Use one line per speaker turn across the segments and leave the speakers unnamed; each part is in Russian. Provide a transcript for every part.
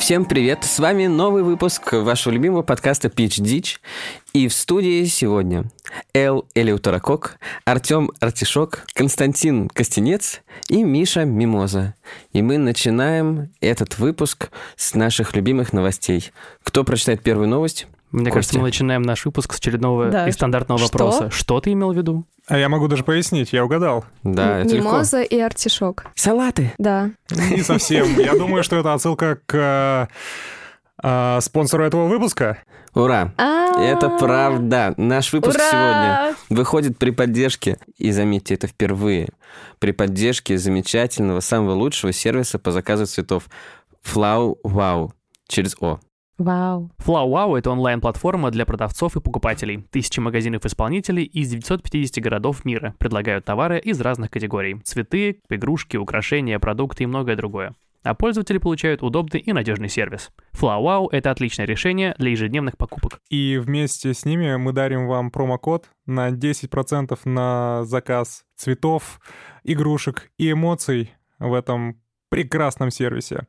Всем привет! С вами новый выпуск вашего любимого подкаста Pitch Дич. И в студии сегодня Эл Элеуторакок, Артем Артишок, Константин Костенец и Миша Мимоза. И мы начинаем этот выпуск с наших любимых новостей. Кто прочитает первую новость?
Мне
Костя.
кажется, мы начинаем наш выпуск с очередного
Да,
и стандартного
что?
вопроса. Что ты имел в виду?
А я могу даже пояснить, я угадал.
Да, это легко.
Мимоза и артишок.
Салаты.
Да.
Не совсем. Я думаю, что это отсылка к э, э, спонсору этого выпуска.
Ура! Это правда. Наш выпуск сегодня
А, Ура!
выходит при поддержке, и заметьте, это впервые, при поддержке замечательного, самого лучшего сервиса по заказу цветов Флау Вау через О.
Вау.
FlowWow — это онлайн-платформа для продавцов и покупателей. Тысячи магазинов-исполнителей из 950 городов мира предлагают товары из разных категорий. Цветы, игрушки, украшения, продукты и многое другое. А пользователи получают удобный и надежный сервис. FlowWow — это отличное решение для ежедневных покупок.
И вместе с ними мы дарим вам промокод на 10% на заказ цветов, игрушек и эмоций в этом прекрасном сервисе.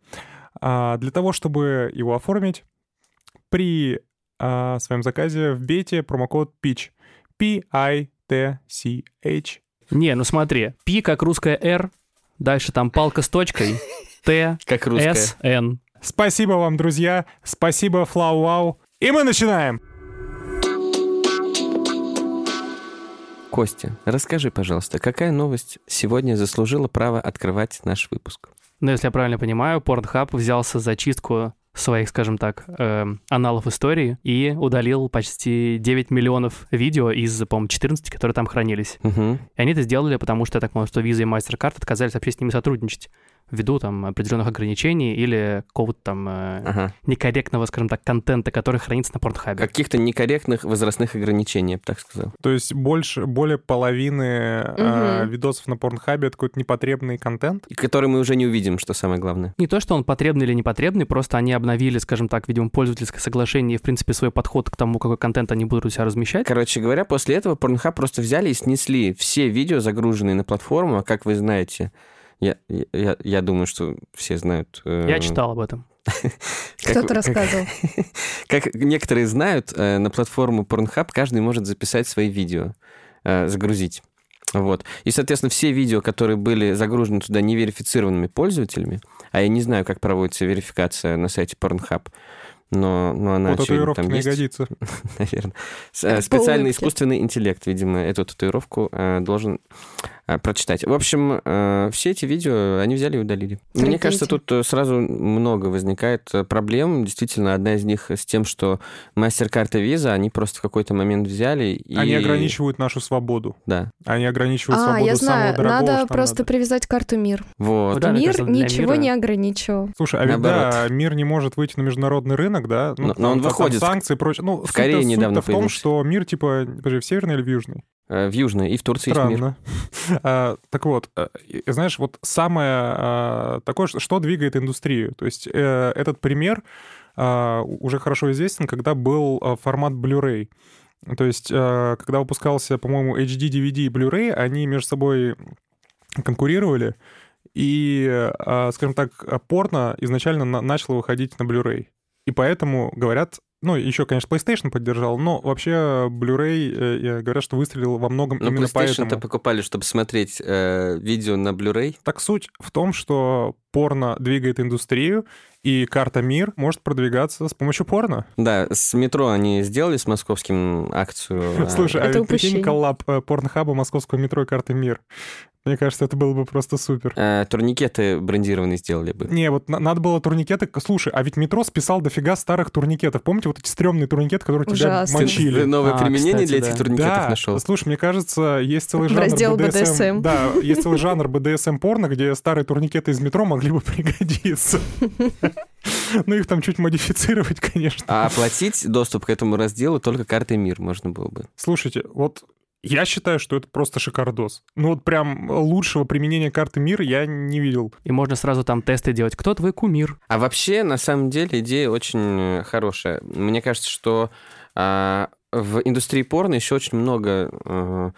А для того, чтобы его оформить, при а, своем заказе вбейте промокод PITCH. P-I-T-C-H.
Не, ну смотри, P как русская R, дальше там палка с точкой, T,
Как русская.
S, N.
Спасибо вам, друзья. Спасибо, Флау Вау. И мы начинаем.
Костя, расскажи, пожалуйста, какая новость сегодня заслужила право открывать наш выпуск?
Но Ну, если я правильно понимаю, Pornhub взялся за чистку своих, скажем так, эм, аналов истории и удалил почти 9 миллионов видео из, по-моему, 14, которые там хранились.
Мгм.
И они это сделали, потому что, я так понимаю, что Visa и MasterCard отказались вообще с ними сотрудничать ввиду там определенных ограничений или какого-то там э,
Ага.
некорректного, скажем так, контента, который хранится на Pornhub.
Каких-то некорректных возрастных ограничений, я бы так сказал.
То есть больше, более половины э,
Мгм.
видосов на Порнхабе это какой-то непотребный контент.
И которые мы уже не увидим, что самое главное.
Не то, что он потребный или непотребный, просто они обновили, скажем так, видимо, пользовательское соглашение и, в принципе, свой подход к тому, какой контент они будут у себя размещать.
Короче говоря, после этого Pornhub просто взяли и снесли все видео, загруженные на платформу, а как вы знаете, я, я- я, я думаю, что все знают. э,
Я читал об этом.
как-
Кто-то
как-
рассказывал.
Как некоторые знают, э, на платформу Pornhub каждый может записать свои видео, э, загрузить. Вот. И, соответственно, все видео, которые были загружены туда неверифицированными пользователями, а я не знаю, как проводится верификация на сайте Pornhub, но, но она,
Вот
очевидно,
татуировки
там
не
есть,
годится.
наверное. С-
Это
э,
по
Специальный
улыбке.
искусственный интеллект, видимо, эту татуировку э, должен э, прочитать. В общем, э, все эти видео они взяли и удалили. Мне
Прикиньте.
кажется, тут э, сразу много возникает э, проблем. Действительно, одна из них с тем, что MasterCard и Visa, они просто в какой-то момент взяли и...
Они ограничивают нашу свободу.
Да.
Они ограничивают
А,
свободу
я
самого
знаю.
дорогого,
Надо
что
просто
надо.
привязать карту мир.
Вот.
Да, мне
Мир
кажется, для
ничего
мира-
не ограничивал.
Слушай, а ведь да,
Наоборот.
мир не может выйти на международный рынок, да? Ну,
Но-
там-
но он
там
выходит.
санкции и прочее. Ну, суть-то-
Корее
суть-то
недавно
в том,
появился.
что мир типа, подожди, в северной или в южной?
Э, В Южной и в Турции есть мир.
Странно. А, Так вот, э, и- знаешь, вот самое а, такое, что- что двигает индустрию. То есть э, этот пример а, у- уже хорошо известен, когда был а, формат Blu-ray. То есть, э, когда выпускался, по-моему, HD, DVD и Blu-ray, они между собой конкурировали. И, э, скажем так, порно изначально на- начало выходить на Blu-ray. И поэтому, говорят, ну, еще, конечно, PlayStation поддержал, но вообще Blu-ray, э, говорят, что выстрелил во многом
Но
именно
PlayStation-то
поэтому.
Ну, покупали, чтобы смотреть э, видео на Blu-ray.
Так суть в том, что порно двигает индустрию, и карта мир может продвигаться с помощью порно.
Да, с метро они сделали с московским акцию. э,
Слушай, а
Это
ведь прикинь
упущение.
коллаб э, порнохаба московского метро и карты мир. Мне кажется, это было бы просто супер.
Э, турникеты брендированные сделали бы.
Не, вот на- надо было турникеты... Слушай, а ведь метро списал дофига старых турникетов. Помните вот эти стрёмные турникеты, которые тебя
Ужасно.
Ты ну,
мочили?
новое
А,
применение
кстати,
для этих
да.
турникетов
да,
нашел.
слушай, мне кажется, есть целый
В
жанр
раздел BDSM.
Да, есть целый жанр БДСМ-порно, где старые турникеты из метро могли бы пригодиться. Ну, их там чуть модифицировать, конечно.
А оплатить доступ к этому разделу только картой МИР можно было бы.
Слушайте, вот я считаю, что это просто шикардос. Ну вот прям лучшего применения карты мира я не видел.
И можно сразу там тесты делать. Кто твой кумир?
А вообще, на самом деле, идея очень э, хорошая. Мне кажется, что а, в индустрии порно еще очень много э,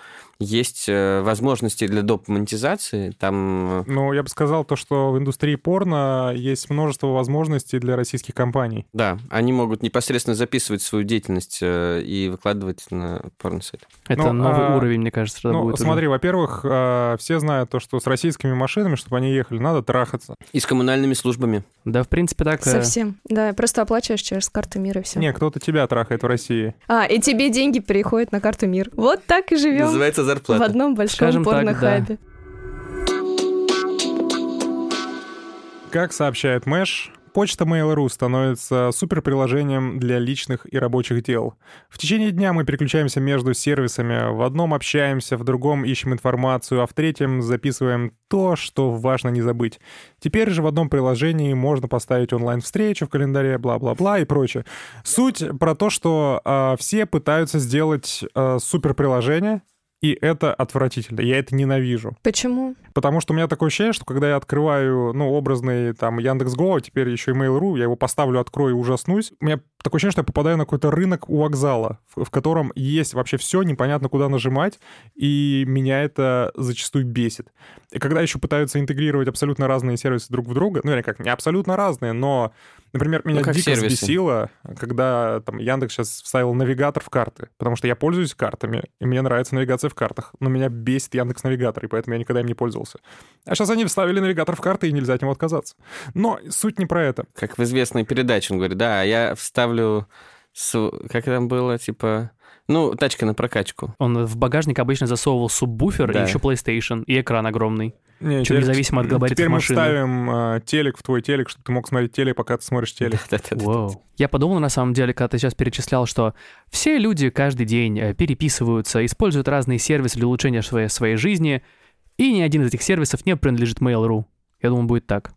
есть э, возможностей для доп. монетизации. Там э,
Но я бы сказал то, что в индустрии порно есть множество возможностей для российских компаний.
Да, они могут непосредственно записывать свою деятельность э, и выкладывать на порносайт.
Это
Ну,
новый
а,
уровень, мне кажется, тогда
ну,
будет. уже.
смотри, во-первых, э, все знают то, что с российскими машинами, чтобы они ехали, надо трахаться.
И с коммунальными службами.
Да, в принципе, так. э,
Совсем. Да, просто оплачиваешь через карту мира и все.
Не, кто-то тебя трахает в России.
А, и тебе деньги переходят на карту мир. Вот так и живем
Называется
в
зарплата.
одном
Скажем
большом
так, да.
порнохабе.
Как сообщает Мэш, почта Mail.ru становится суперприложением для личных и рабочих дел. В течение дня мы переключаемся между сервисами. В одном общаемся, в другом ищем информацию, а в третьем записываем то, что важно не забыть. Теперь же в одном приложении можно поставить онлайн-встречу в календаре, бла-бла-бла и прочее. Суть про то, что а, все пытаются сделать а, суперприложение, и это отвратительно. Я это ненавижу.
Почему?
Потому что у меня такое ощущение, что когда я открываю, ну, образный там Яндекс.Го, а теперь еще и Mail.ru, я его поставлю, открою и ужаснусь. У меня такое ощущение, что я попадаю на какой-то рынок у вокзала, в, в котором есть вообще все, непонятно куда нажимать, и меня это зачастую бесит. И когда еще пытаются интегрировать абсолютно разные сервисы друг в друга, ну, или как, не абсолютно разные, но, например, меня
Ну, как
дико
сервисы.
взбесило, когда там Яндекс сейчас вставил навигатор в карты, потому что я пользуюсь картами, и мне нравится навигация в картах, но меня бесит Яндекс Навигатор, и поэтому я никогда им не пользовался. А сейчас они вставили навигатор в карты, и нельзя от него отказаться. Но суть не про это.
Как в известной передаче он говорит, да, я вставлю... св- Как там было, типа... Ну, тачка на прокачку.
Он в багажник обычно засовывал субвуфер
Да.
и еще PlayStation, и экран огромный.
Не,
Чё,
теперь-
независимо от габаритов
Теперь мы
машины?
вставим э, телек в твой телек, чтобы ты мог смотреть телек, пока ты смотришь телек.
Да-да-да.
Вау. Я подумал, на самом деле, когда ты сейчас перечислял, что все люди каждый день э, переписываются, используют разные сервисы для улучшения своей, своей жизни, и ни один из этих сервисов не принадлежит Mail.ru. Я думаю, будет так.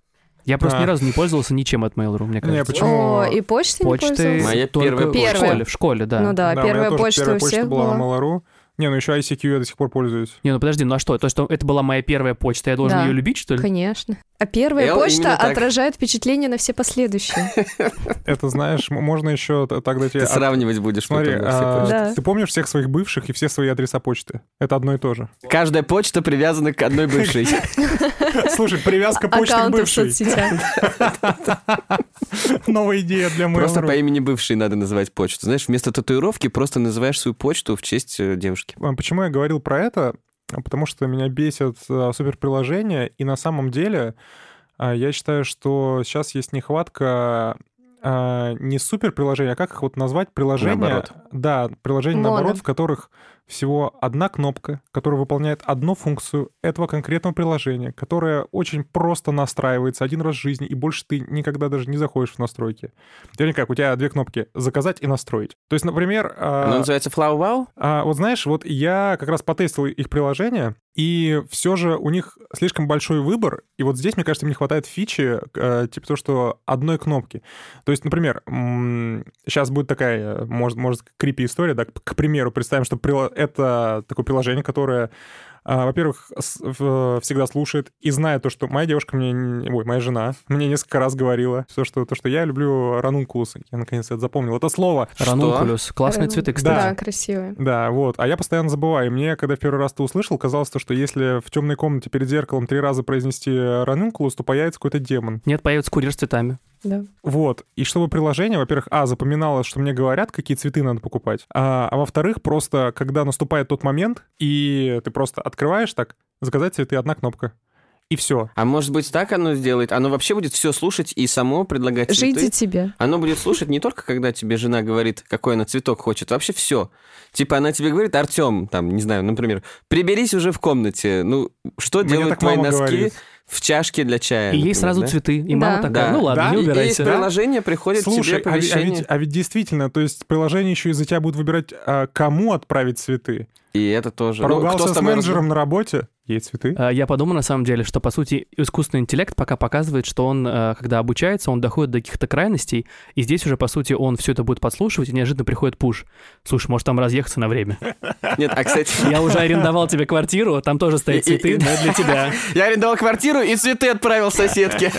Я просто
Да.
ни разу не пользовался ничем от Mail.ru, мне
Не,
кажется.
почему?
О, и почты не
Почты
пользовался?
Моя первая
только в
почта.
школе, в школе, да.
Ну да,
у меня
первая
тоже
почта
первая
у всех
почта
была.
была. на Mail.ru. Не, ну еще ICQ я до сих пор пользуюсь.
Не, ну подожди, ну а что? То, что это была моя первая почта, я должен
Да.
ее любить, что ли?
Конечно. А первая
Эл
почта
именно так.
отражает впечатление на все последующие.
Это, знаешь, м- можно еще т- тогда тебе...
Ты
от-
сравнивать будешь
а, Смотри,
потом на все
а,
почты.
Да.
ты помнишь всех своих бывших и все свои адреса почты? Это одно и то же.
Каждая почта привязана к одной бывшей.
Слушай, привязка почты к
Аккаунты в
бывшей.
соцсетях.
Новая идея для Mail.ru.
Просто по имени бывшей надо называть почту. Знаешь, вместо татуировки просто называешь свою почту в честь э, девушки.
А Почему я говорил про это? А Потому что меня бесят а, суперприложения, и на самом деле а, я считаю, что сейчас есть нехватка а, не суперприложений, а как их вот назвать? Приложения...
Наоборот.
Да, приложения
Моно.
наоборот, в которых всего одна кнопка, которая выполняет одну функцию этого конкретного приложения, которое очень просто настраивается один раз в жизни, и больше ты никогда даже не заходишь в настройки. Вернее, как, у тебя две кнопки «Заказать» и «Настроить». То есть, например... а,
Она называется Flow Wow?
а, вот знаешь, вот я как раз потестил их приложение, и все же у них слишком большой выбор, и вот здесь, мне кажется, им не хватает фичи, э, типа то, что одной кнопки. То есть, например, сейчас будет такая, э, может, может крипи история, да, к к примеру, представим, что прила- это такое приложение, которое а, Во-первых, с- в- э, всегда слушает и знает то, что моя девушка мне... н- Ой, моя жена мне несколько раз говорила, то, что, то, что я люблю ранункулусы. Я наконец-то это запомнил. Это слово.
Что?
Ранункулюс. Классные
Ран-
цветы, кстати.
Да.
Да, красивые.
Да, вот. А я постоянно забываю. И Мне, когда в первый раз ты услышал, казалось то, что если в темной комнате перед зеркалом три раза произнести э, ранункулус, то появится какой-то демон.
Нет, появится курьер с цветами.
Да.
Вот. И чтобы приложение, во-первых, а, запоминало, что мне говорят, какие цветы надо покупать, а, а во-вторых, просто когда наступает тот момент, и ты просто открываешь так, заказать цветы, одна кнопка. и все.
А может быть, так оно сделает? Оно вообще будет все слушать и само предлагать цветы?
Жить и тебе.
Оно будет слушать не только, когда тебе жена говорит, какой она цветок хочет, вообще все. Типа она тебе говорит, Артем, там, не знаю, например, приберись уже в комнате. Ну, что
Мне
делают
так
твои
мама
носки
говорит.
в чашке для чая?
И
Э,
ей
например,
сразу
да?
цветы. И
Да.
мама такая,
Да.
ну ладно,
Да?
не
И-
И из
убирайся.
приложения приходит
Слушай,
тебе
а ведь, а
оповещение.
ведь- а ведь действительно, то есть приложение еще из-за тебя будет выбирать, а, кому отправить цветы.
И это тоже. Ну, кто
Поругался с
тобой
менеджером на работе, ей цветы.
А, Я подумал, на самом деле, что, по сути, искусственный интеллект пока показывает, что он, э, когда обучается, он доходит до каких-то крайностей, и здесь уже, по сути, он все это будет подслушивать, и неожиданно приходит пуш. Слушай, может, там разъехаться на время.
разговаривает? Нет, а, кстати,
Я уже арендовал тебе квартиру, там тоже стоят
И- и-
цветы,
и-
но для тебя.
я арендовал квартиру и цветы отправил соседке.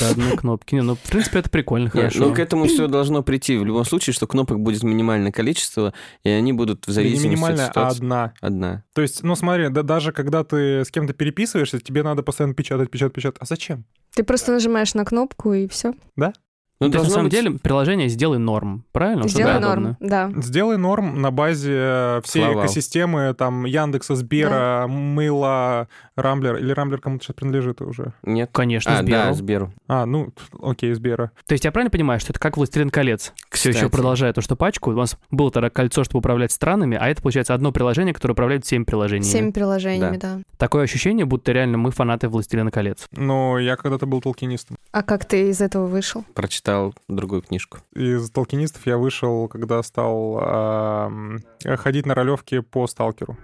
До одной кнопки. Не, ну, в принципе, это прикольно,
Нет,
хорошо.
Ну, к этому все должно прийти. В любом случае, что кнопок будет минимальное количество, и они будут в
Или не
зависимости
минимальная,
от
а
ситуации.
одна.
Одна.
То есть, ну смотри, да, даже когда ты с кем-то переписываешься, тебе надо постоянно печатать, печатать, печатать. А зачем?
Ты просто нажимаешь на кнопку и все.
Ну,
То есть, на
должно
самом
быть-
деле, приложение «Сделай норм», правильно?
Сделай
Что-то
норм.
подобное.
Да.
Сделай норм на базе э, всей
Словал.
экосистемы, там, Яндекса, Сбера, Мыла, Рамблер. Или Рамблер кому-то сейчас принадлежит уже.
Нет.
Конечно,
А, да,
Сберу.
Сберу.
А, ну, т- окей, Сбера.
То есть я правильно понимаю, что это как «Властелин колец»? Все еще
Кстати.
продолжая то, что пачку. У нас было тогда кольцо, чтобы управлять странами, а это, получается, одно приложение, которое управляет всеми приложениями.
Всеми приложениями, да.
Такое ощущение, будто реально мы фанаты «Властелина колец».
Но я когда-то был толкинистом.
А как ты из этого вышел?
прочитал другую книжку.
Из толкинистов я вышел, когда стал эм, ходить на ролевки по сталкеру.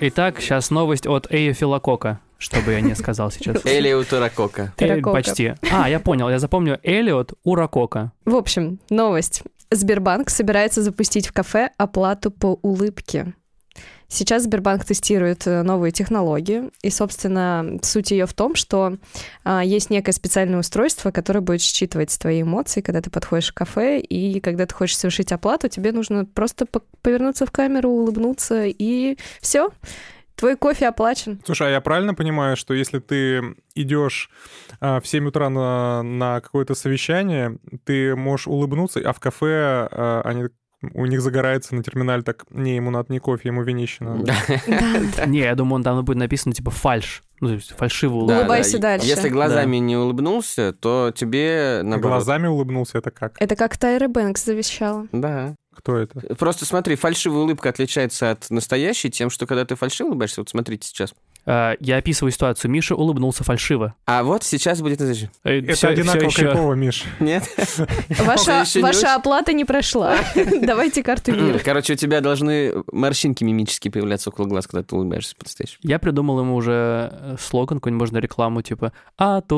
Итак, сейчас новость от Эя Филокока, что бы я не сказал сейчас.
Элиот Уракока.
Э,
Ракока.
Почти. А, я понял, я запомню Элиот Уракока.
В общем, новость. Сбербанк собирается запустить в кафе оплату по улыбке. Сейчас Сбербанк тестирует э, новую технологию, и, собственно, суть ее в том, что а, есть некое специальное устройство, которое будет считывать твои эмоции, когда ты подходишь в кафе, и когда ты хочешь совершить оплату, тебе нужно просто по- повернуться в камеру, улыбнуться, и все, твой кофе оплачен.
Слушай, а я правильно понимаю, что если ты идешь а, в 7 утра на, на какое-то совещание, ты можешь улыбнуться, а в кафе а, они у них загорается на терминале так, не, ему надо не кофе, ему винище надо.
Не, я думаю, он там будет написано типа фальш. Ну, то есть фальшиво улыбка.
Улыбайся дальше.
Если глазами не улыбнулся, то тебе наоборот...
Глазами улыбнулся, это как?
Это как Тайра Бэнкс завещала.
Да.
Кто это?
Просто смотри, фальшивая улыбка отличается от настоящей тем, что когда ты фальшиво улыбаешься, вот смотрите сейчас.
Э, Я описываю ситуацию. Миша улыбнулся фальшиво.
А вот сейчас будет настоящий.
Это одинаково кайфово, Миш.
Нет?
Ваша,
еще не очень.
ваша оплата не прошла. Давайте карту мира.
Короче, у тебя должны морщинки мимические появляться около глаз, когда ты улыбаешься по-настоящему.
Я придумал ему уже э, слоган, какую-нибудь можно рекламу, типа «От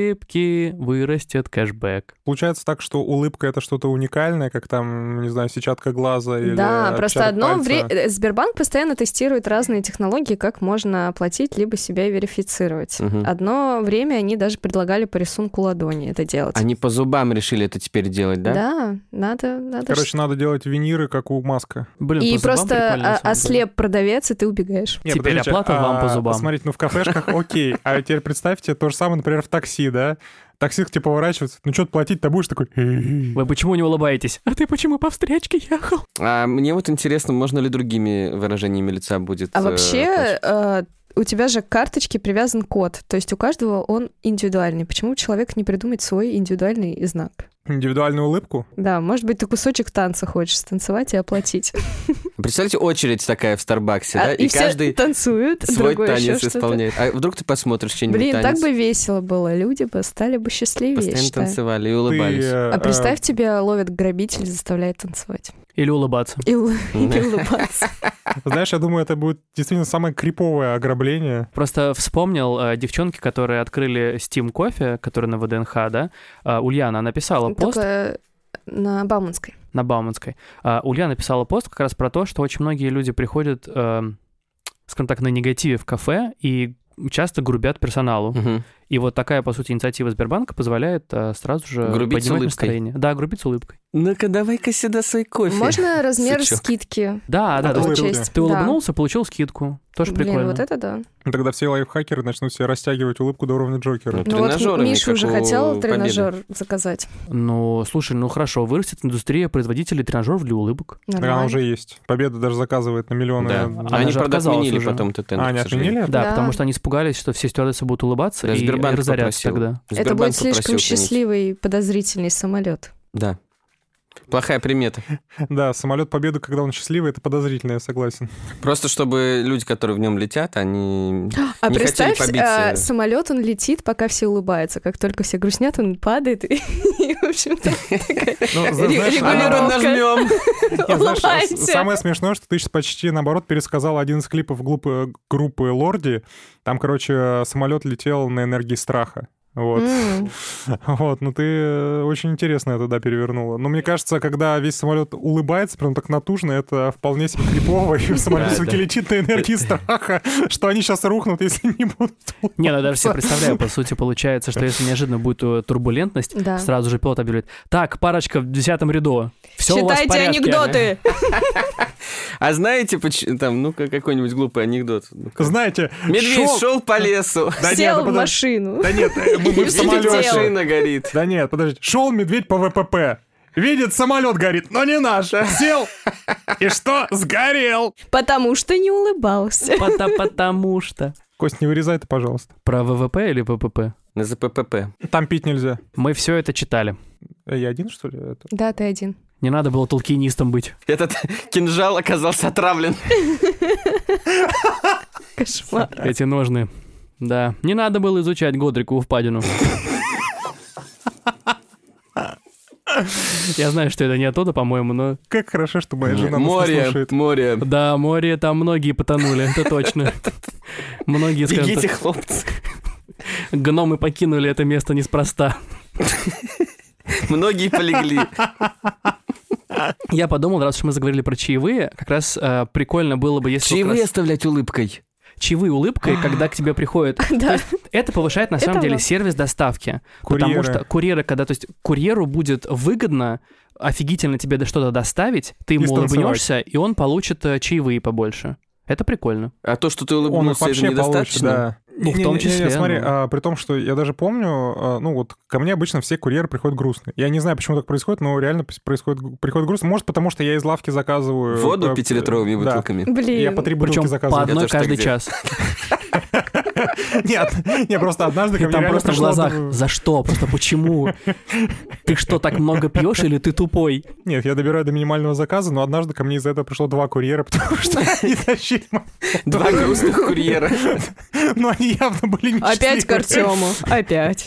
улыбки вырастет кэшбэк».
Получается так, что улыбка — это что-то уникальное, как там, не знаю, сетчатка глаза или
Да,
отпечаток
просто одно
пальца.
вре- э, Сбербанк постоянно тестирует разные технологии, как можно оплатить, либо себя верифицировать.
Мгм.
Одно время они даже предлагали по рисунку ладони это делать.
Они по зубам решили это теперь делать, да?
Да, надо, надо.
Короче, надо делать виниры, как у Маска.
ну, Блин,
и
по зубам
просто
прикольно, на
а,
самом деле.
ослеп продавец, и ты убегаешь.
Не,
Теперь оплата вам по зубам.
Смотрите, ну в кафешках окей. А теперь представьте то же самое, например, в такси, да? Такси к тебе поворачивается. Ну что ты платить-то будешь такой? «Э-э-э».
Вы почему не улыбаетесь? А ты почему по встречке ехал?
А мне вот интересно, можно ли другими выражениями лица будет...
А
э,
вообще, э, у тебя же к карточке привязан код, то есть у каждого он индивидуальный. Почему человек не придумать свой индивидуальный знак?
Индивидуальную улыбку?
Да, может быть, ты кусочек танца хочешь станцевать и оплатить.
Представляете, очередь такая в Старбаксе,
А,
да? И,
и все
каждый
танцуют,
свой
другой ещё
танец
что-то.
исполняет. А вдруг ты посмотришь что-нибудь
Блин,
танец?
так бы весело было. Люди бы стали бы счастливее, я
Постоянно
считаю.
танцевали и
Ты,
улыбались.
э,
А
э,
представь, тебя ловят грабитель, заставляет танцевать.
Или улыбаться.
И, ул- и улыбаться.
э, Знаешь, я думаю, это будет действительно самое криповое ограбление.
Просто вспомнил э, девчонки, которые открыли Steam кофе, который на ВДНХ, да? Э, Ульяна, она писала пост
Только на Бауманской.
на Бауманской. А, Ульяна писала пост как раз про то, что очень многие люди приходят, эм, скажем так, на негативе в кафе и часто грубят персоналу.
Мгм.
И вот такая, по сути, инициатива Сбербанка позволяет э, сразу же
Грубить с
поднимать
улыбкой.
настроение. Да, грубить с улыбкой.
Ну-ка, давай-ка сюда свой кофе.
Можно размер
Сучок.
скидки
Да, да,
Надо
то есть
улыбнуть.
учесть.
ты
Да.
улыбнулся, получил скидку. Тоже
Блин,
прикольно.
вот это да.
Ну, Тогда все лайфхакеры начнут себе растягивать улыбку до уровня Джокера.
Ну вот
Тренажерами,
Миша
как
уже
у
хотел
Победы.
тренажер заказать.
Ну, слушай, ну хорошо, вырастет индустрия производителей тренажеров для улыбок.
Да, она
Нормально.
уже есть. Победа даже заказывает на миллионы.
Да.
А,
э, Она
Они,
же
правда,
отказалась
отменили
уже. А,
потом этот тендер,
они
к сожалению.
отменили?
Да,
Да.
потому что они испугались, что все стюардессы будут улыбаться
Да,
и,
Сбербанк
разорятся
попросил.
тогда.
Это
Сбербанк
будет слишком
попросил принять.
счастливый и подозрительный самолет.
Да. Плохая примета.
Да, самолет Победы, когда он счастливый, это подозрительно, я согласен.
Просто чтобы люди, которые в нем летят, они...
А
Не хотели
представь,
побить,
а,
э,
самолет он летит, пока все улыбаются. Как только все грустнят, он падает и, в общем-то, такая,
Ну,
Ре- регулировка.
нажмем.
Нет, знаешь, а
Улыбайся.
с- самое смешное, что ты сейчас почти наоборот пересказал один из клипов глупы- группы Лорди. Там, короче, самолет летел на энергии страха. Вот.
м,
Вот, ну ты э, очень интересно это, да, перевернула. Но
Э.
мне кажется, когда весь самолет улыбается, прям так натужно, это вполне себе крипово, и самолет
Да,
все-таки
да.
летит на
Э,
энергии страха, что они сейчас рухнут, если не будут улыбаться.
Не, ну я даже себе представляю, по сути, получается, что если неожиданно будет э, турбулентность,
Да.
сразу же пилот объявляет, так, парочка в десятом ряду, все у вас в
Читайте
порядке».
анекдоты.
А знаете, поч- там, ну-ка, какой-нибудь глупый анекдот. Ну-ка.
Знаете,
Медведь
шел-
шел по лесу.
Да
ну,
нет,
Сел
да
в
подо-
машину.
Да нет, э, мы мы в
Видите,
самолете.
дело.
Машина горит.
Да нет, подожди. Шел медведь по ВПП. Видит, самолет горит, но не наш. Сел. И что? Сгорел.
Потому что не улыбался.
Пота- Потому что...
Кость, не вырезай это, пожалуйста.
Про ВВП или ППП?
На ЗППП.
Там пить нельзя.
Мы все это читали.
Э, Я один, что ли? это?
Да, ты один.
Не надо было толкинистом быть.
Этот кинжал оказался отравлен.
Кошмар.
Эти ножны. Да. Не надо было изучать Годрикову впадину. Я знаю, что это не оттуда, по-моему, но...
Как хорошо, что моя жена нас не
Море,
слушает.
море.
Да, море, там многие потонули, это точно. Многие, скажем
Бегите,
так,
хлопцы.
гномы покинули это место неспроста.
Многие полегли.
Я подумал, раз уж мы заговорили про чаевые, как раз э, прикольно было бы, если...
Чаевые
Чаевые?
оставлять улыбкой.
Чаевые улыбкой, когда к тебе приходит
Да.
Это повышает на
Это
самом деле
да.
сервис доставки. Потому
Курьеры.
что курьеры, когда, то есть курьеру будет выгодно офигительно тебе до- что-то доставить, ты ему
станцевать.
улыбнешься, и он получит э, чаевые побольше. Это прикольно.
А то, что ты
Он их
улыбнулся, это
вообще получит,
недостаточно.
да.
Ну, в том числе,
смотри,
ну.
а, при том, что я даже помню, а, ну вот ко мне обычно все курьеры приходят грустные. Я не знаю, почему так происходит, но реально пос- происходит, г- приходит грустно. Может, потому что я из лавки заказываю...
Воду
э,
пятилитровыми
да.
бутылками.
Я
Блин.
по три бутылки
Причем по
заказывал.
Я
одной
тоже так
каждый
делаю.
час.
Нет, не, просто однажды
И
ко а мне
там
реально
просто в
пришло...
глазах.
доб-
За что? Просто почему? Ты что, так много пьешь или ты тупой?
Нет, я добираю до минимального заказа, но однажды ко мне из-за этого пришло два курьера, потому что они тащили... мо-
Два грустных курьера.
Но они явно были несчастливы.
Опять к Артему. Опять.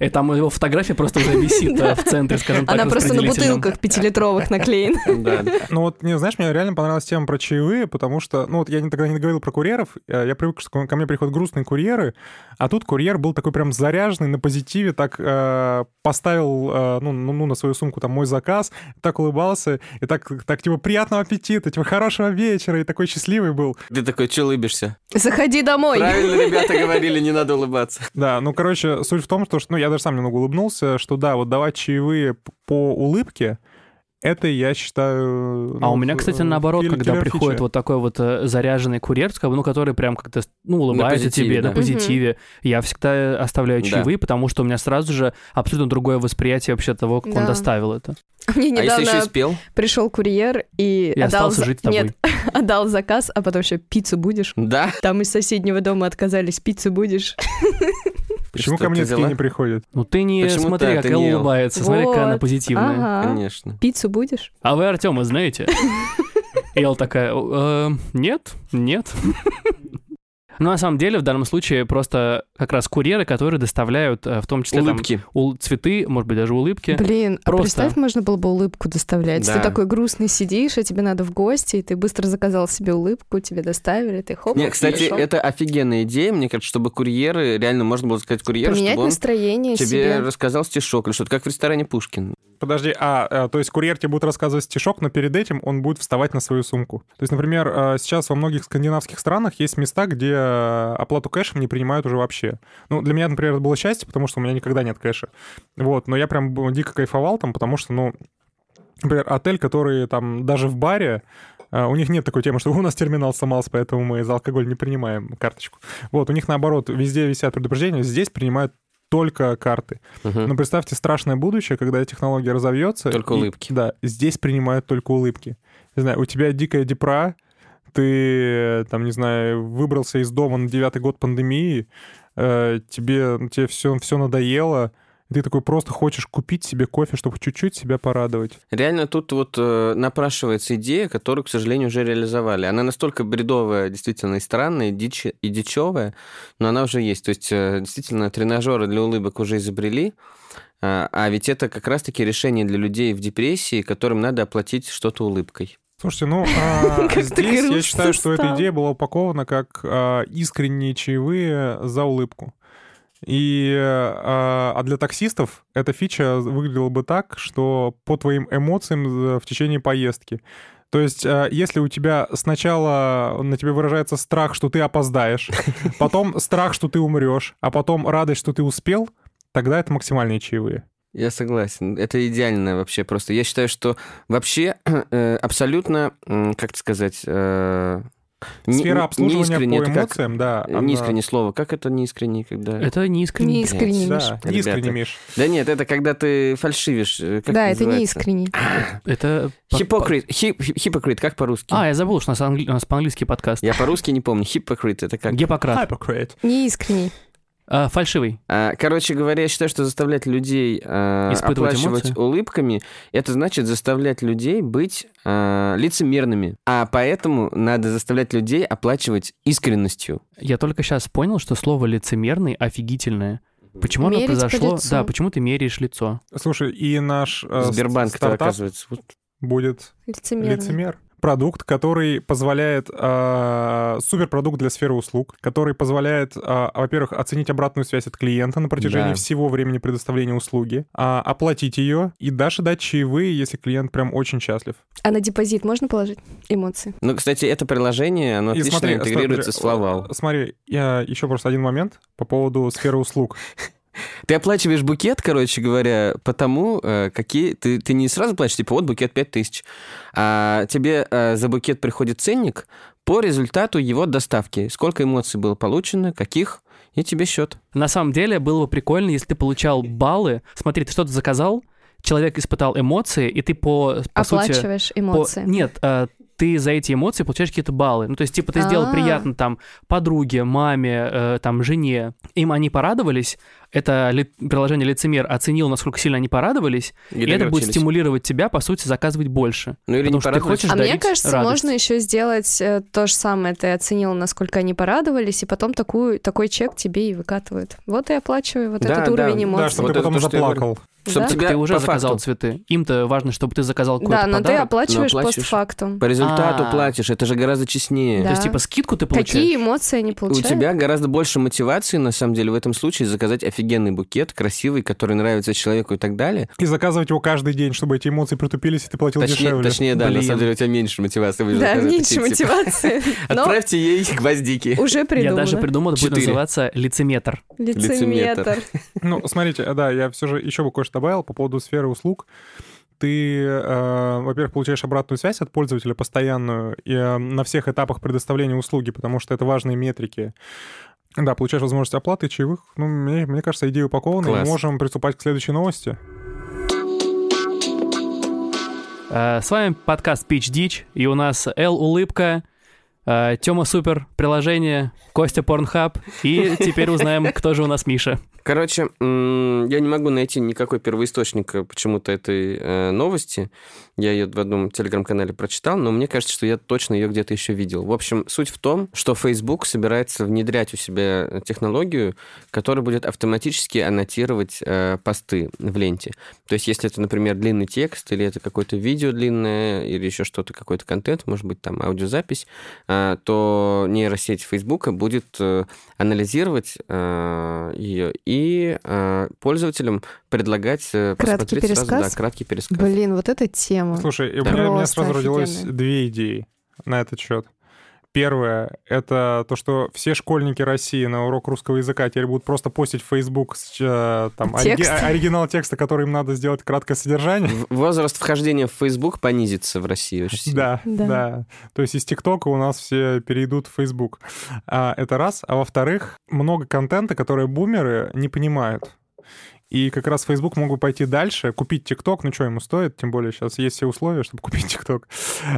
И там его фотография просто уже висит э, в центре, скажем так,
Она просто на
распределителем.
бутылках пятилитровых наклеена.
Да.
Ну вот, не, знаешь, мне реально понравилась тема про чаевые, потому что, ну вот я не- тогда не говорил про курьеров, э, я привык, что ко мне приходят грустные курьеры, а тут курьер был такой прям заряженный, на позитиве, так э, поставил, э, ну, ну, ну, на свою сумку там мой заказ, так улыбался, и так, так типа приятного аппетита, типа хорошего вечера, и такой счастливый был.
Ты такой, че улыбишься?
Заходи домой.
Правильно ребята говорили, не надо улыбаться.
Да, ну, короче, суть в том, что, ну, я даже сам немного улыбнулся, что да, вот давать чаевые п- по улыбке, это я
А
считаю... ну,
у меня,
э,
кстати, наоборот,
киллер-
когда
киллер-фича.
приходит вот такой вот э, заряженный курьер, с кого- ну, который прям как-то ну, улыбается
позитиве,
тебе
да.
на позитиве, я всегда э, оставляю
Да.
чаевые, потому что у меня сразу же абсолютно другое восприятие вообще того, как он
Да.
доставил это.
Мне
А если еще и
недавно
спел?
пришел курьер и
И
отдал...
остался
за-
жить с тобой.
Нет, отдал заказ, а потом еще пиццу будешь.
Да.
Там из соседнего дома отказались, пиццу будешь.
Почему
Что
ко мне
ты
такие
взяла?
не приходят?
Ну ты не
Почему
смотри,
ты, а
как
ты
Элла
не Элла?
улыбается, смотри, как она
Вот.
позитивная.
Ага.
Конечно.
Пиццу будешь?
А вы Артема знаете? Эл такая, «Э, нет, нет. Ну, на самом деле, в данном случае просто как раз курьеры, которые доставляют э, в том числе там,
Улыбки.
ул- цветы, может быть, даже улыбки.
Блин, а
Просто.
представь, можно было бы улыбку доставлять.
Да.
Ты такой грустный сидишь, а тебе надо в гости, и ты быстро заказал себе улыбку, тебе доставили, ты хоп.
Не, кстати,
пришёл.
это офигенная идея, мне кажется, чтобы курьеры, реально можно было сказать курьеру,
Поменять
чтобы он
настроение
тебе
себе.
рассказал стишок или что-то, как в ресторане Пушкин.
Подожди, а, а, то есть курьер тебе будет рассказывать стишок, но перед этим он будет вставать на свою сумку. То есть, например, а, сейчас во многих скандинавских странах есть места, где а, оплату кэшем не принимают уже вообще. Ну, для меня, например, это было счастье, потому что у меня никогда нет кэша. Вот, но я прям был дико кайфовал там, потому что, ну, например, отель, который там даже в баре, а, у них нет такой темы, что у нас терминал сломался, поэтому мы за алкоголь не принимаем карточку. Вот, у них наоборот, везде висят предупреждения, здесь принимают только карты.
Мгм.
Но Ну, представьте страшное будущее, когда технология разовьется.
Только
и-
улыбки.
Да, здесь принимают только улыбки. Не знаю, у тебя дикая депра, ты, э, там, не знаю, выбрался из дома на девятый год пандемии, э, тебе, тебе все, все надоело, и ты такой просто хочешь купить себе кофе, чтобы чуть-чуть себя порадовать.
Реально тут вот э, напрашивается идея, которую, к сожалению, уже реализовали. Она настолько бредовая, действительно, и странная, и, дичь- и дичевая, но она уже есть. То есть, э, действительно, тренажеры для улыбок уже изобрели, а, а ведь это как раз-таки решение для людей в депрессии, которым надо оплатить что-то улыбкой.
Слушайте, ну, а,
Как ты
здесь я
грустно
считаю, что эта
стало.
идея была упакована как а, искренние чаевые за улыбку. И, а а для таксистов эта фича выглядела бы так, что по твоим эмоциям э, в течение поездки. То есть, а, если у тебя сначала на тебе выражается страх, что ты опоздаешь, потом страх, что ты умрешь, а потом радость, что ты успел, тогда это максимальные чаевые.
Я согласен. Это идеально вообще просто. Я считаю, что вообще э, абсолютно, м, как это сказать... э, не-
Сфера
не-
обслуживания
неискренне,
по
это как-
эмоциям, да. она-
Неискренне а слово. Как это неискренне, когда...
Это не искренне.
Не искренне,
Да,
Миш.
искренне,
Ребята.
Миш.
Да нет, это когда ты фальшивишь. э, как
Да, это не
называется?
искренне.
Это...
Хипокрит. Хип- хип- Хипокрит, как по-русски?
А, я забыл, что у нас, англи- у нас по-английски подкаст.
Я по-русски не помню. Хипокрит, это как?
Гиппократ.
Hypocrite.
Не искренне.
А, фальшивый.
А, Короче говоря, я считаю, что заставлять людей а,
Испытывать
оплачивать
эмоции?
улыбками, это значит заставлять людей быть а, лицемерными. А поэтому надо заставлять людей оплачивать искренностью.
Я только сейчас понял, что слово лицемерный офигительное. Почему оно
Мерить по
произошло?
лицу.
Да, почему ты меряешь лицо?
Слушай, и наш э, с-
Сбербанк-то,
стартап
оказывается, вот
будет
Лицемерно.
лицемер. Продукт, который позволяет... э, суперпродукт для сферы услуг, который позволяет, э, во-первых, оценить обратную связь от клиента на протяжении
Да.
всего времени предоставления услуги, а, оплатить ее и даже дать чаевые, если клиент прям очень счастлив.
А на депозит можно положить эмоции?
Ну, кстати, это приложение, оно
И
отлично
смотри,
интегрируется с
смотри, э,
Лавал.
Смотри, я еще просто один момент по поводу сферы услуг.
Ты оплачиваешь букет, короче говоря, потому э, какие... Ты, ты не сразу платишь, типа, вот букет 5000. А тебе э, за букет приходит ценник по результату его доставки. Сколько эмоций было получено, каких, и тебе счет.
На самом деле было бы прикольно, если ты получал баллы. Смотри, ты что-то заказал, человек испытал эмоции, и ты по, по сути...
Оплачиваешь
по-
эмоции.
Нет, э, ты за эти эмоции получаешь какие-то баллы. Ну, то есть, типа, ты сделал
А.
приятно там подруге, маме, э, там, жене. Им они порадовались. Это ли- приложение лицемер оценил, насколько сильно они порадовались. и это будет стимулировать тебя, по сути, заказывать больше.
Ну или
потому
не
что ты
порадовались.
хочешь
А мне
дарить
кажется,
радость.
можно еще сделать э, то же самое. Ты оценил, насколько они порадовались, и потом такую, такой чек тебе и выкатывают. Вот и оплачивай вот
Да,
этот
да.
уровень
Да,
Да,
эмоций.
чтобы
Вот
ты
это
потом
то, что я говорю.
заплакал.
Чтоб
Да?
Так
тебя
Типа, ты уже
по
заказал
факту.
цветы. Им-то важно, чтобы ты заказал какой-то
А Да, но ты
подарок.
оплачиваешь
оплачиваешь.
постфактум.
По результату
А.
платишь, это же гораздо честнее.
Да.
То есть, типа, скидку ты получаешь.
Какие эмоции они
У
получают?
тебя гораздо больше мотивации, на самом деле, в этом случае заказать офигенный букет, красивый, который нравится человеку и так далее,
И заказывать его каждый день, чтобы эти эмоции притупились, и ты платил
Точнее,
дешевле.
точнее, да, на
Блин.
самом деле у тебя меньше мотивации. вы же
Да,
заказываете,
меньше
типа,
мотивации. Но
Отправьте ей гвоздики.
уже
Я даже
придумано.
придумал, это будет
Четыре.
называться лицеметр.
Лицеметр.
Ну, смотрите, а, да, я все же еще бы кое-что добавил по поводу сферы услуг. Ты, э, во-первых, получаешь обратную связь от пользователя постоянную и, э, на всех этапах предоставления услуги, потому что это важные метрики. Да, получаешь возможность оплаты чаевых. Ну, мне, мне кажется, идея упакована. и Мы
Класс.
можем приступать к следующей новости.
Э, С вами подкаст Pitch Дич, и у нас Эл Улыбка, э, Тёма Супер, приложение, Костя Порнхаб, и теперь узнаем, кто же у нас Миша.
Короче, м, я не могу найти никакой первоисточника почему-то этой э, новости. Я ее в одном телеграм-канале прочитал, но мне кажется, что я точно ее где-то еще видел. В общем, суть в том, что Facebook собирается внедрять у себя технологию, которая будет автоматически аннотировать э, посты в ленте. То есть, если это, например, длинный текст, или это какое-то видео длинное, или еще что-то, какой-то контент, может быть, там аудиозапись, а, а, то нейросеть Фейсбука будет э, анализировать э, ее и э, пользователям предлагать э,
Краткий
посмотреть сразу,
пересказ?
да, краткий пересказ.
Блин, вот эта тема.
Слушай, и у
Да.
меня, у меня
Просто
сразу родилось
офигенно.
две идеи на этот счет. Первое — это то, что все школьники России на урок русского языка теперь будут просто постить в Facebook с, э, там, ориги-
Текст.
о- оригинал текста, который им надо сделать краткое содержание.
В- Возраст вхождения в Facebook понизится в России очень сильно.
Да,
Да.
да, То есть из ТикТока у нас все перейдут в Facebook. А, это раз. А во-вторых, много контента, которое бумеры не понимают. И как раз Facebook мог бы пойти дальше, купить ТикТок, ну что ему стоит, тем более сейчас есть все условия, чтобы купить ТикТок.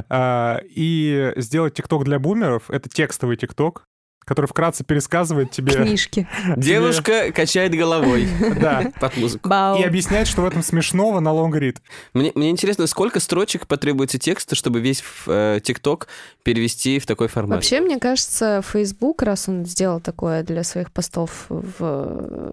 А, и сделать ТикТок для бумеров — это текстовый ТикТок, который вкратце пересказывает тебе...
Книжки.
Девушка качает головой
Да.
под музыку.
Бау.
И объясняет, что в этом смешного на лонгрид.
Мне, мне интересно, сколько строчек потребуется текста, чтобы весь э, TikTok перевести в такой формат?
Вообще, мне кажется, Facebook, раз он сделал такое для своих постов в...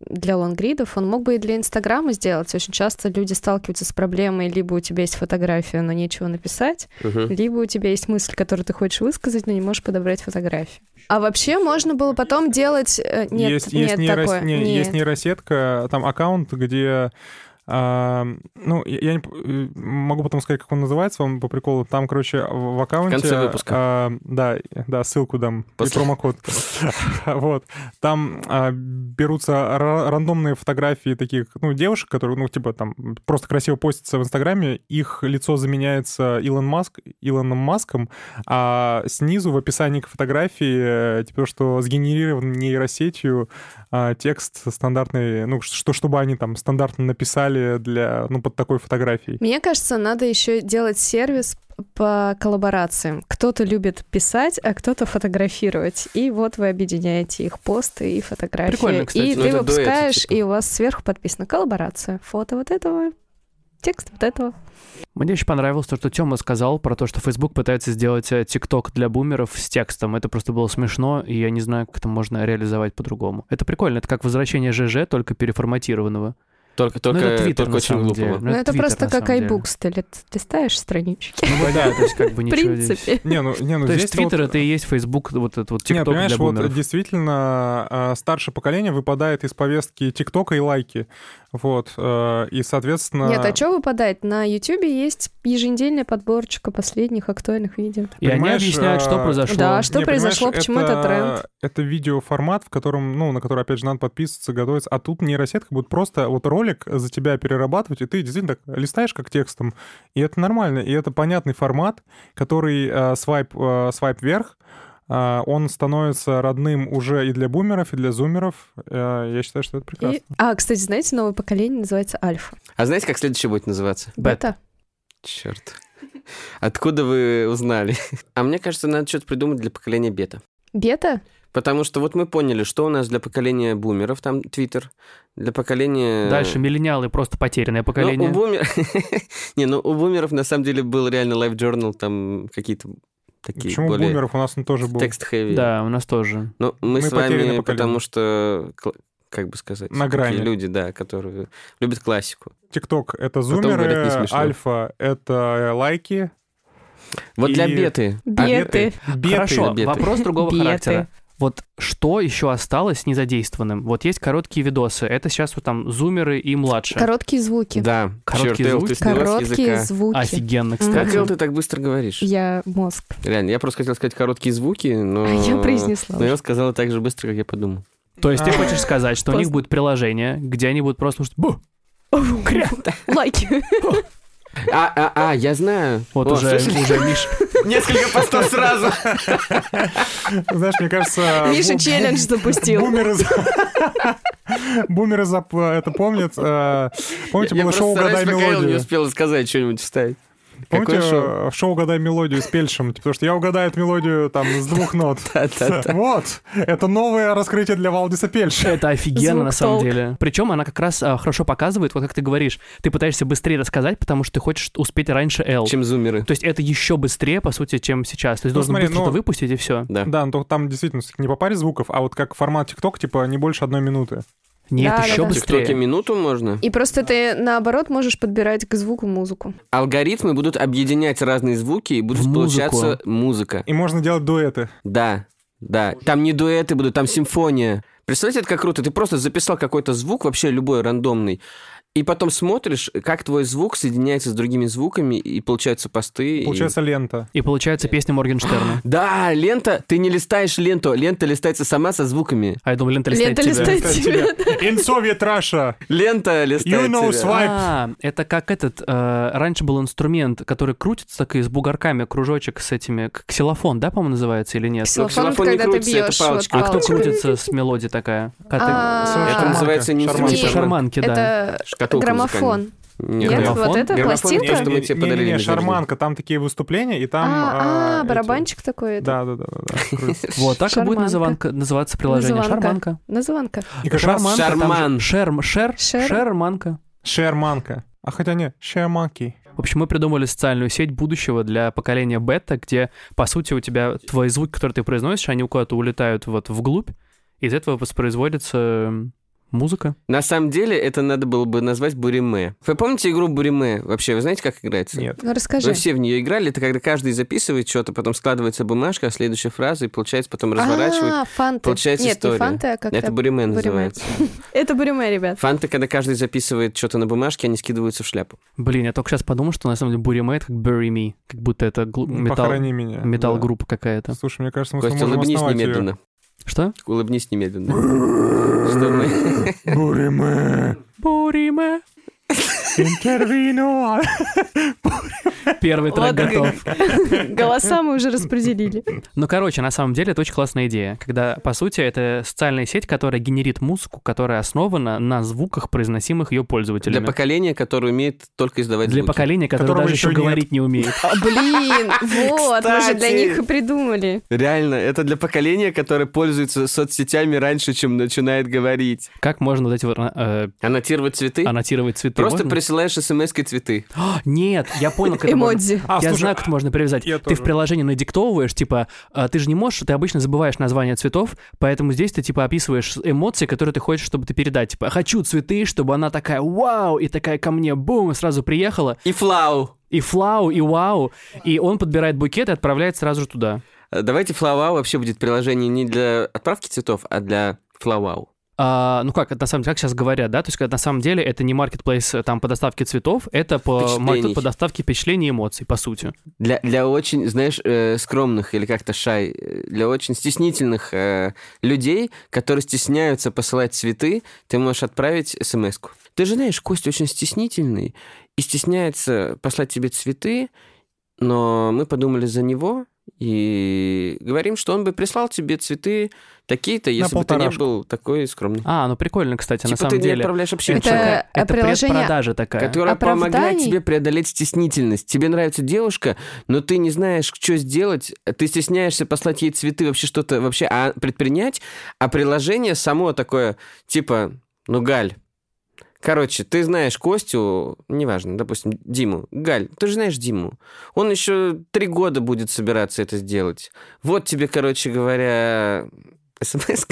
для лонгридов, он мог бы и для Инстаграма сделать. Очень часто люди сталкиваются с проблемой, либо у тебя есть фотография, но нечего написать,
Мгм.
либо у тебя есть мысль, которую ты хочешь высказать, но не можешь подобрать фотографию. А вообще можно было потом делать... э, Нет,
есть,
нет
есть, нейрос-
такое.
не-
Нет.
есть нейросетка, там аккаунт, где... а, ну, я я не п- э, могу потом сказать, как он называется, вам по приколу. Там, короче, в в аккаунте...
конце выпуска.
а, да, да, ссылку дам.
После.
И промокод. Вот. Там а, берутся ра- рандомные фотографии таких, ну, девушек, которые, ну, типа, там, просто красиво постятся в Инстаграме. Их лицо заменяется Илон Маск, Илоном Маском, а снизу в описании к фотографии, э, типа, что сгенерирован нейросетью а, текст стандартный, ну, что, чтобы они там стандартно написали для, ну, под такой фотографией.
Мне кажется, надо еще делать сервис по коллаборациям. Кто-то любит писать, а кто-то фотографировать. И вот вы объединяете их посты и фотографии.
Прикольно, кстати.
И
Ну,
ты
это дуэты,
выпускаешь,
типа.
и у вас сверху подписано коллаборация. Фото вот этого, текст вот этого.
Мне еще понравилось то, что Тёма сказал про то, что Facebook пытается сделать э, TikTok для бумеров с текстом. Это просто было смешно, и я не знаю, как это можно реализовать по-другому. Это прикольно, это как возвращение ЖЖ, только переформатированного.
Только,
Ну,
только,
это Twitter,
только
на
очень
самом
глупого.
деле.
Ну, это
Twitter,
просто
на
как
самом деле.
iBooks. Ты лет- листаешь странички.
Ну вот да, то есть как бы
В
ничего здесь.
принципе.
Не, ну, не, ну,
То есть
здесь-то вот-
Твиттер это и есть Facebook, вот этот вот
Нет,
TikTok
понимаешь,
для бумеров.
вот действительно э, старшее поколение выпадает из повестки ТикТока и лайки. Вот. э, И, соответственно...
Нет, а что выпадать? На Ютубе есть еженедельная подборочка последних актуальных видео.
И они
понимаешь,
объясняют, что
а,
произошло.
Да, что
Не,
произошло,
понимаешь,
почему это тренд.
Это видеоформат, в котором, ну, на который, опять же, надо подписываться, готовиться. А тут нейросетка будет просто вот ролик за тебя перерабатывать, и ты действительно так листаешь как текстом. И это нормально. И это понятный формат, который э, свайп, э, свайп вверх, э, он становится родным уже и для бумеров, и для зумеров. Э, Я считаю, что это прекрасно.
И- А, кстати, знаете, новое поколение называется Альфа.
А знаете, как следующее будет называться?
Бета.
Бета.
Черт. Откуда вы узнали? А мне кажется, надо что-то придумать для поколения бета.
Бета?
Потому что вот мы поняли, что у нас для поколения бумеров, там Твиттер, для поколения...
Дальше миллениалы просто потерянное
Э, Ну,
поколение.
у бумер... Не, ну у бумеров на самом деле был реально Life Journal, там какие-то такие
Почему
более...
бумеров у нас он тоже был?
Текст хэви.
Да, у нас тоже.
Но мы,
Мы
с
потерянное
вами,
поколение.
потому что, кл- как бы сказать,
На
такие
грани.
люди, да, которые любят классику.
ТикТок — это
Потом
зумеры,
говорят, не смешно.
альфа — это лайки.
Вот для
И-
А, беты.
Беты.
Беты.
Хорошо,
Беты.
вопрос другого
Беты.
характера. Вот что еще осталось незадействованным? Вот есть короткие видосы. Это сейчас вот там зумеры и младшие.
Короткие звуки.
Да,
Короткие
черт, Эл,
звуки.
ты снялась с
Короткие
языка.
звуки.
Офигенно,
Как
кстати.
Эл, ты так быстро говоришь?
Я мозг.
Реально, я просто хотел сказать короткие звуки, но...
А я произнесла
Но
уже.
я сказала так же быстро, как я подумал.
То есть ты
А.
хочешь сказать, что у них
Просто.
будет приложение, где они будут просто слушать «Бу!»
ну,
Лайки.
А, а, а, я знаю.
Вот
О,
уже,
слышали?
уже Миш.
Несколько постов сразу.
Знаешь, мне кажется...
А,
Миша
бу-
челлендж запустил.
Бумеры... за- Бумеры зап- это помнят. э, Помните,
Я
было
просто
шоу
стараюсь,
«Угадай
пока Эл не
мелодию»?
успел сказать что-нибудь вставить.
Помните
Какое шоу?
э, шоу «Угадай мелодию» с Пельшем? Типа, Потому что я угадаю эту мелодию там с двух нот.
Да-да-да.
Вот. Это новое раскрытие для Валдиса Пельша.
Это офигенно,
Звук
на самом
толк.
деле. Причем она как раз а, хорошо показывает, вот как ты говоришь, ты пытаешься быстрее рассказать, потому что ты хочешь успеть раньше L.
Чем зумеры.
То есть это еще быстрее, по сути, чем сейчас. То есть
Ну,
должен
смотри,
быстро
ну-
что-то выпустить, и все.
Да.
Да, но только там действительно не по паре звуков, а вот как формат ТикТока, типа не больше одной минуты.
Нет,
Да,
еще
да, да.
Строки
быстрее.
минуту можно.
И просто ты, наоборот, можешь подбирать к звуку музыку.
Алгоритмы будут объединять разные звуки и будут
В музыку.
получаться музыка.
И можно делать дуэты.
Да, да. Там не дуэты будут, там симфония. Представляете, это как круто. Ты просто записал какой-то звук, вообще любой рандомный, и потом смотришь, как твой звук соединяется с другими звуками, и получаются посты. и-
Получается лента.
И получается песня Моргенштерна.
Да, лента, ты не листаешь ленту, лента листается сама со звуками.
А я думал, лента листает
Лента
тебя.
листает. Кстати,
In Soviet Russia,
Лента листает
you know
тебя.
swipe.
А, это как этот, э, раньше был инструмент, который крутится к- с бугорками, кружочек с этими, к- ксилофон, да, по-моему, называется или нет?
Ну,
Ксилофон,
ксилофон не
когда ты
крутится, это
бьешь.
палочка.
А кто
палочкой.
крутится с мелодией такая? Коты-
А,
Это называется не
Шарманка.
инструмент,
Нет.
Шарманки, да.
Это
Шкатулка
граммофон.
музыкальная.
Нет,
граммофон.
вот это
Граммофон
пластинка.
нет, что мы тебе
Не-не-не,
подарили на день
шарманка, там такие выступления, и там... э,
а, а,
эти-
барабанчик такой. это.
Да, да, да, да, да. крутится.
Вот так и будет
Шарманка.
называнка- называться приложение.
Называнка.
Шарманка.
Называнка.
И как раз
Шарманка, А там же
Шарман.
Шерм, шер,
Шер.
шерманка.
шерманка. А хотя нет, шерманки.
В общем, мы придумали социальную сеть будущего для поколения бета, где, по сути, у тебя твои звуки, которые ты произносишь, они куда-то улетают вот вглубь, и из этого воспроизводится м, музыка.
На самом деле, это надо было бы назвать буриме. Вы помните игру буриме? Вообще, вы знаете, как играется?
Нет.
Ну, расскажи.
Вы все в нее играли, это когда каждый записывает что-то, потом складывается бумажка, а следующая фраза, и получается потом разворачивает.
А, фанты.
Получается
Нет,
история.
не фанты, а как
это буриме называется.
Это буриме, ребят.
Фанты, когда каждый записывает что-то на бумажке, они скидываются в шляпу.
Блин, я только сейчас подумал, что на самом деле Буриме это как Bury Me, как будто это глу-
Ну,
металл,
Похорони меня. Да.
металл-группа какая-то.
Слушай, мне кажется, мы
Костя,
сможем
улыбнись
основать её.
немедленно.
Что?
Улыбнись немедленно. Чтобы-
Буриме.
Буриме.
Интервино.
Первый трек
Ладно,
готов.
Голоса мы уже распределили.
Ну, короче, на самом деле это очень классная идея, когда, по сути, это социальная сеть, которая генерит музыку, которая основана на звуках, произносимых ее пользователями.
Для поколения, которое умеет только издавать
Для
звуки.
поколения, которое
Которого
даже
еще
еще
нет.
говорить не умеет.
А, Блин, вот, мы же для
Кстати.
них и придумали.
Реально, это для поколения, которое пользуется соцсетями раньше, чем начинает говорить.
Как можно вот эти вот э,
Аннотировать цветы?
аннотировать цветы?
Просто
Можно?
присылаешь смс-кой цветы.
А, Нет, я понял, как это можно.
Эмодзи.
А,
я
слушай,
знаю, как это можно привязать.
я
ты в
тоже.
приложении надиктовываешь, типа, а, ты же не можешь, ты обычно забываешь название цветов, поэтому здесь ты, типа, описываешь эмоции, которые ты хочешь, чтобы ты передать. Типа, хочу цветы, чтобы она такая, вау, и такая ко мне, бум, и сразу приехала.
И флау.
И флау, и вау. И он подбирает букет и отправляет сразу же туда.
А, Давайте флауау вообще будет приложение не для отправки цветов, а для флауау.
А, ну как, это на самом деле, как сейчас говорят, да, то есть как на самом деле это не маркетплейс э, там по доставке цветов, это по,
Впечатлений.
маркет по доставке впечатлений и эмоций, по сути.
Для, для очень, знаешь, э, скромных или как-то шай, э, для очень стеснительных э, людей, которые стесняются посылать цветы, ты можешь отправить смс-ку. Ты же знаешь, Костя очень стеснительный и стесняется послать тебе цветы, но мы подумали за него и говорим, что он бы прислал тебе цветы такие-то, если бы ты не
полторашку.
был такой скромный.
А, ну прикольно, кстати,
типа
на
ты
самом
не
деле.
отправляешь вообще
Это-
человека.
а
это
приложение-
предпродажа такая.
которая помогает
Оправданий?
тебе преодолеть стеснительность. Тебе нравится девушка, но ты не знаешь, что сделать, ты стесняешься послать ей цветы, вообще что-то вообще а, предпринять, а приложение само такое, типа, ну, Галь, Короче, ты знаешь Костю, неважно, допустим, Диму. Галь, ты же знаешь Диму. Он еще три года будет собираться это сделать. Вот тебе, короче говоря, смс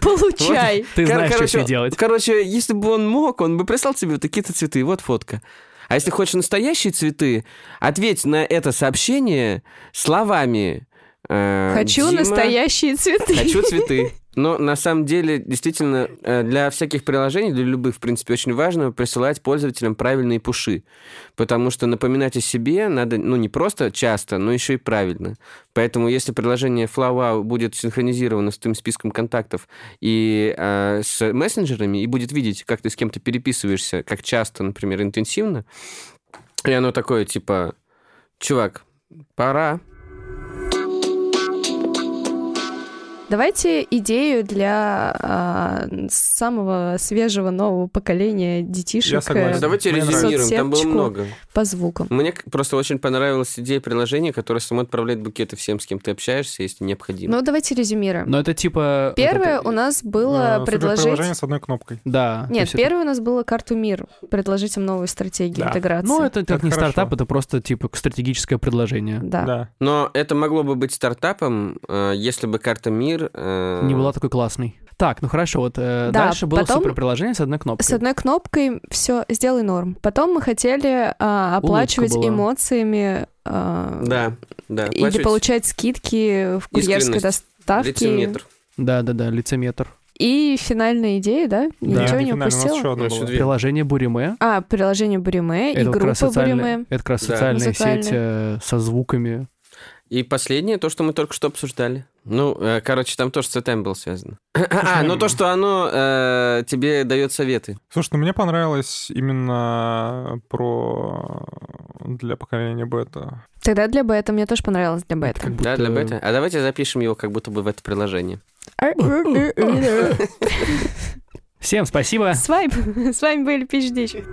Получай.
Ты
Кор-
знаешь, что
короче,
с ней делать.
Короче, если бы он мог, он бы прислал тебе вот такие-то цветы. Вот фотка. А если хочешь настоящие цветы, ответь на это сообщение словами. э,
Хочу
«Дима,
настоящие цветы.
Хочу цветы. Но на самом деле, действительно, э, для всяких приложений, для любых, в принципе, очень важно присылать пользователям правильные пуши. Потому что напоминать о себе надо, ну, не просто часто, но еще и правильно. Поэтому если приложение FlowWow будет синхронизировано с твоим списком контактов и э, с мессенджерами, и будет видеть, как ты с кем-то переписываешься, как часто, например, интенсивно, и оно такое, типа, чувак, пора.
Давайте идею для а, самого свежего нового поколения
Я
детишек
согласен.
э,
Давай.
Давайте
Мне нравится.
резюмируем, там было
Соцсеточку.
много.
по звукам.
Мне к- просто очень понравилась идея приложения, которое само отправляет букеты всем, с кем ты общаешься, если необходимо.
Ну, давайте резюмируем.
Но это типа...
Первое у нас было
Э, суперприложение
предложить...
с одной кнопкой.
Да. А, то
Нет,
есть это-
первое у нас было карту мир. Предложить им новую стратегию
Да.
интеграции.
Ну, это, как
Это
не
хорошо.
стартап, это просто типа стратегическое предложение.
Да.
Да.
Но это могло бы быть стартапом, э, если бы карта мир мир... э,
Не была такой классной. Так, ну хорошо, вот э,
Да,
дальше было
потом-
супер приложение с одной кнопкой.
С одной кнопкой все, сделай норм. Потом мы хотели а, оплачивать
была.
эмоциями а,
Да, да.
или
плачу
получать скидки в курьерской
Искренность.
доставке.
Дециметр.
Да-да-да, лицеметр.
И финальная идея, да?
Да.
Ничего не
финально, у нас ещё
упустила?
Ну,
одно
ещё
было.
две.
Приложение Буриме.
А, приложение Буриме и
это как
группа
раз социальная,
Буриме.
это как раз
Да.
социальная
Музыкальная.
сеть э, со звуками.
И последнее, то, что мы только что обсуждали. Ну, э, короче, там тоже с цветами было связано. А, ну то, что оно э, тебе дает советы.
Слушай, ну мне понравилось именно про для поколения бета.
Тогда для бета, мне тоже понравилось для бета.
Как
Да, для
будто-
бета. А давайте запишем его как будто бы в это приложение.
Всем спасибо.
Свайп, с вами были PHD.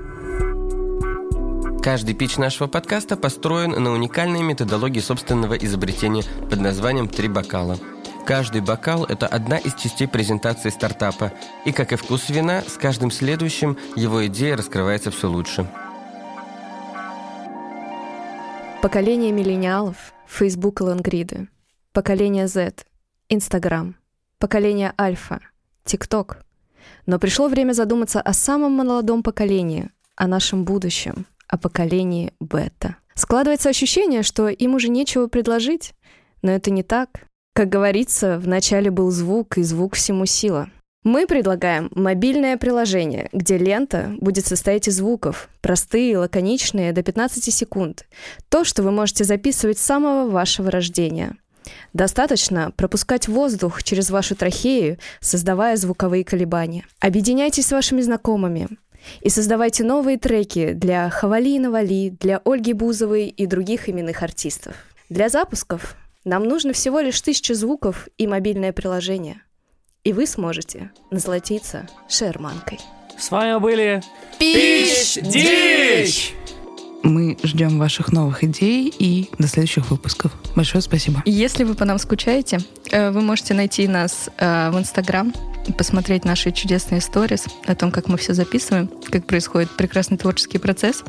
Каждый пич нашего подкаста построен на уникальной методологии собственного изобретения под названием «Три бокала». Каждый бокал – это одна из частей презентации стартапа. И, как и вкус вина, с каждым следующим его идея раскрывается все лучше.
Поколение миллениалов, Facebook и Лангриды. Поколение Z, Instagram. Поколение Альфа, TikTok. Но пришло время задуматься о самом молодом поколении, о нашем будущем, о поколении Бета. Складывается ощущение, что им уже нечего предложить, но это не так. Как говорится, в начале был звук, и звук всему сила. Мы предлагаем мобильное приложение, где лента будет состоять из звуков, простые, лаконичные, до 15 секунд, то, что вы можете записывать с самого вашего рождения. Достаточно пропускать воздух через вашу трахею, создавая звуковые колебания. Объединяйтесь с вашими знакомыми и создавайте новые треки для Хавали и Навали, для Ольги Бузовой и других именных артистов. Для запусков нам нужно всего лишь тысяча звуков и мобильное приложение. И вы сможете насладиться шерманкой.
С вами были Дичь!
Мы ждем ваших новых идей и до следующих выпусков. Большое спасибо.
Если вы по нам скучаете, э, вы можете найти нас э, в Инстаграм и посмотреть наши чудесные сторис о том, как мы все записываем, как происходит прекрасный творческий процесс.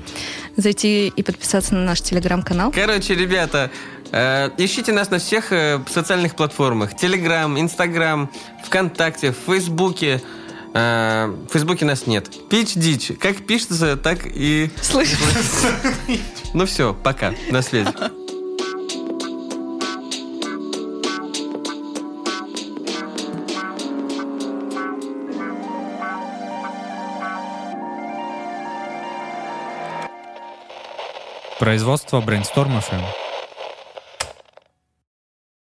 Зайти и подписаться на наш Телеграм-канал.
Короче, ребята, э, ищите нас на всех э, социальных платформах. Телеграм, Инстаграм, ВКонтакте, в Фейсбуке. Э, в Фейсбуке нас нет. Пич дичь. Как пишется, так и...
Слышишь?
Ну все, пока. На связи.
Производство Brainstorm FM.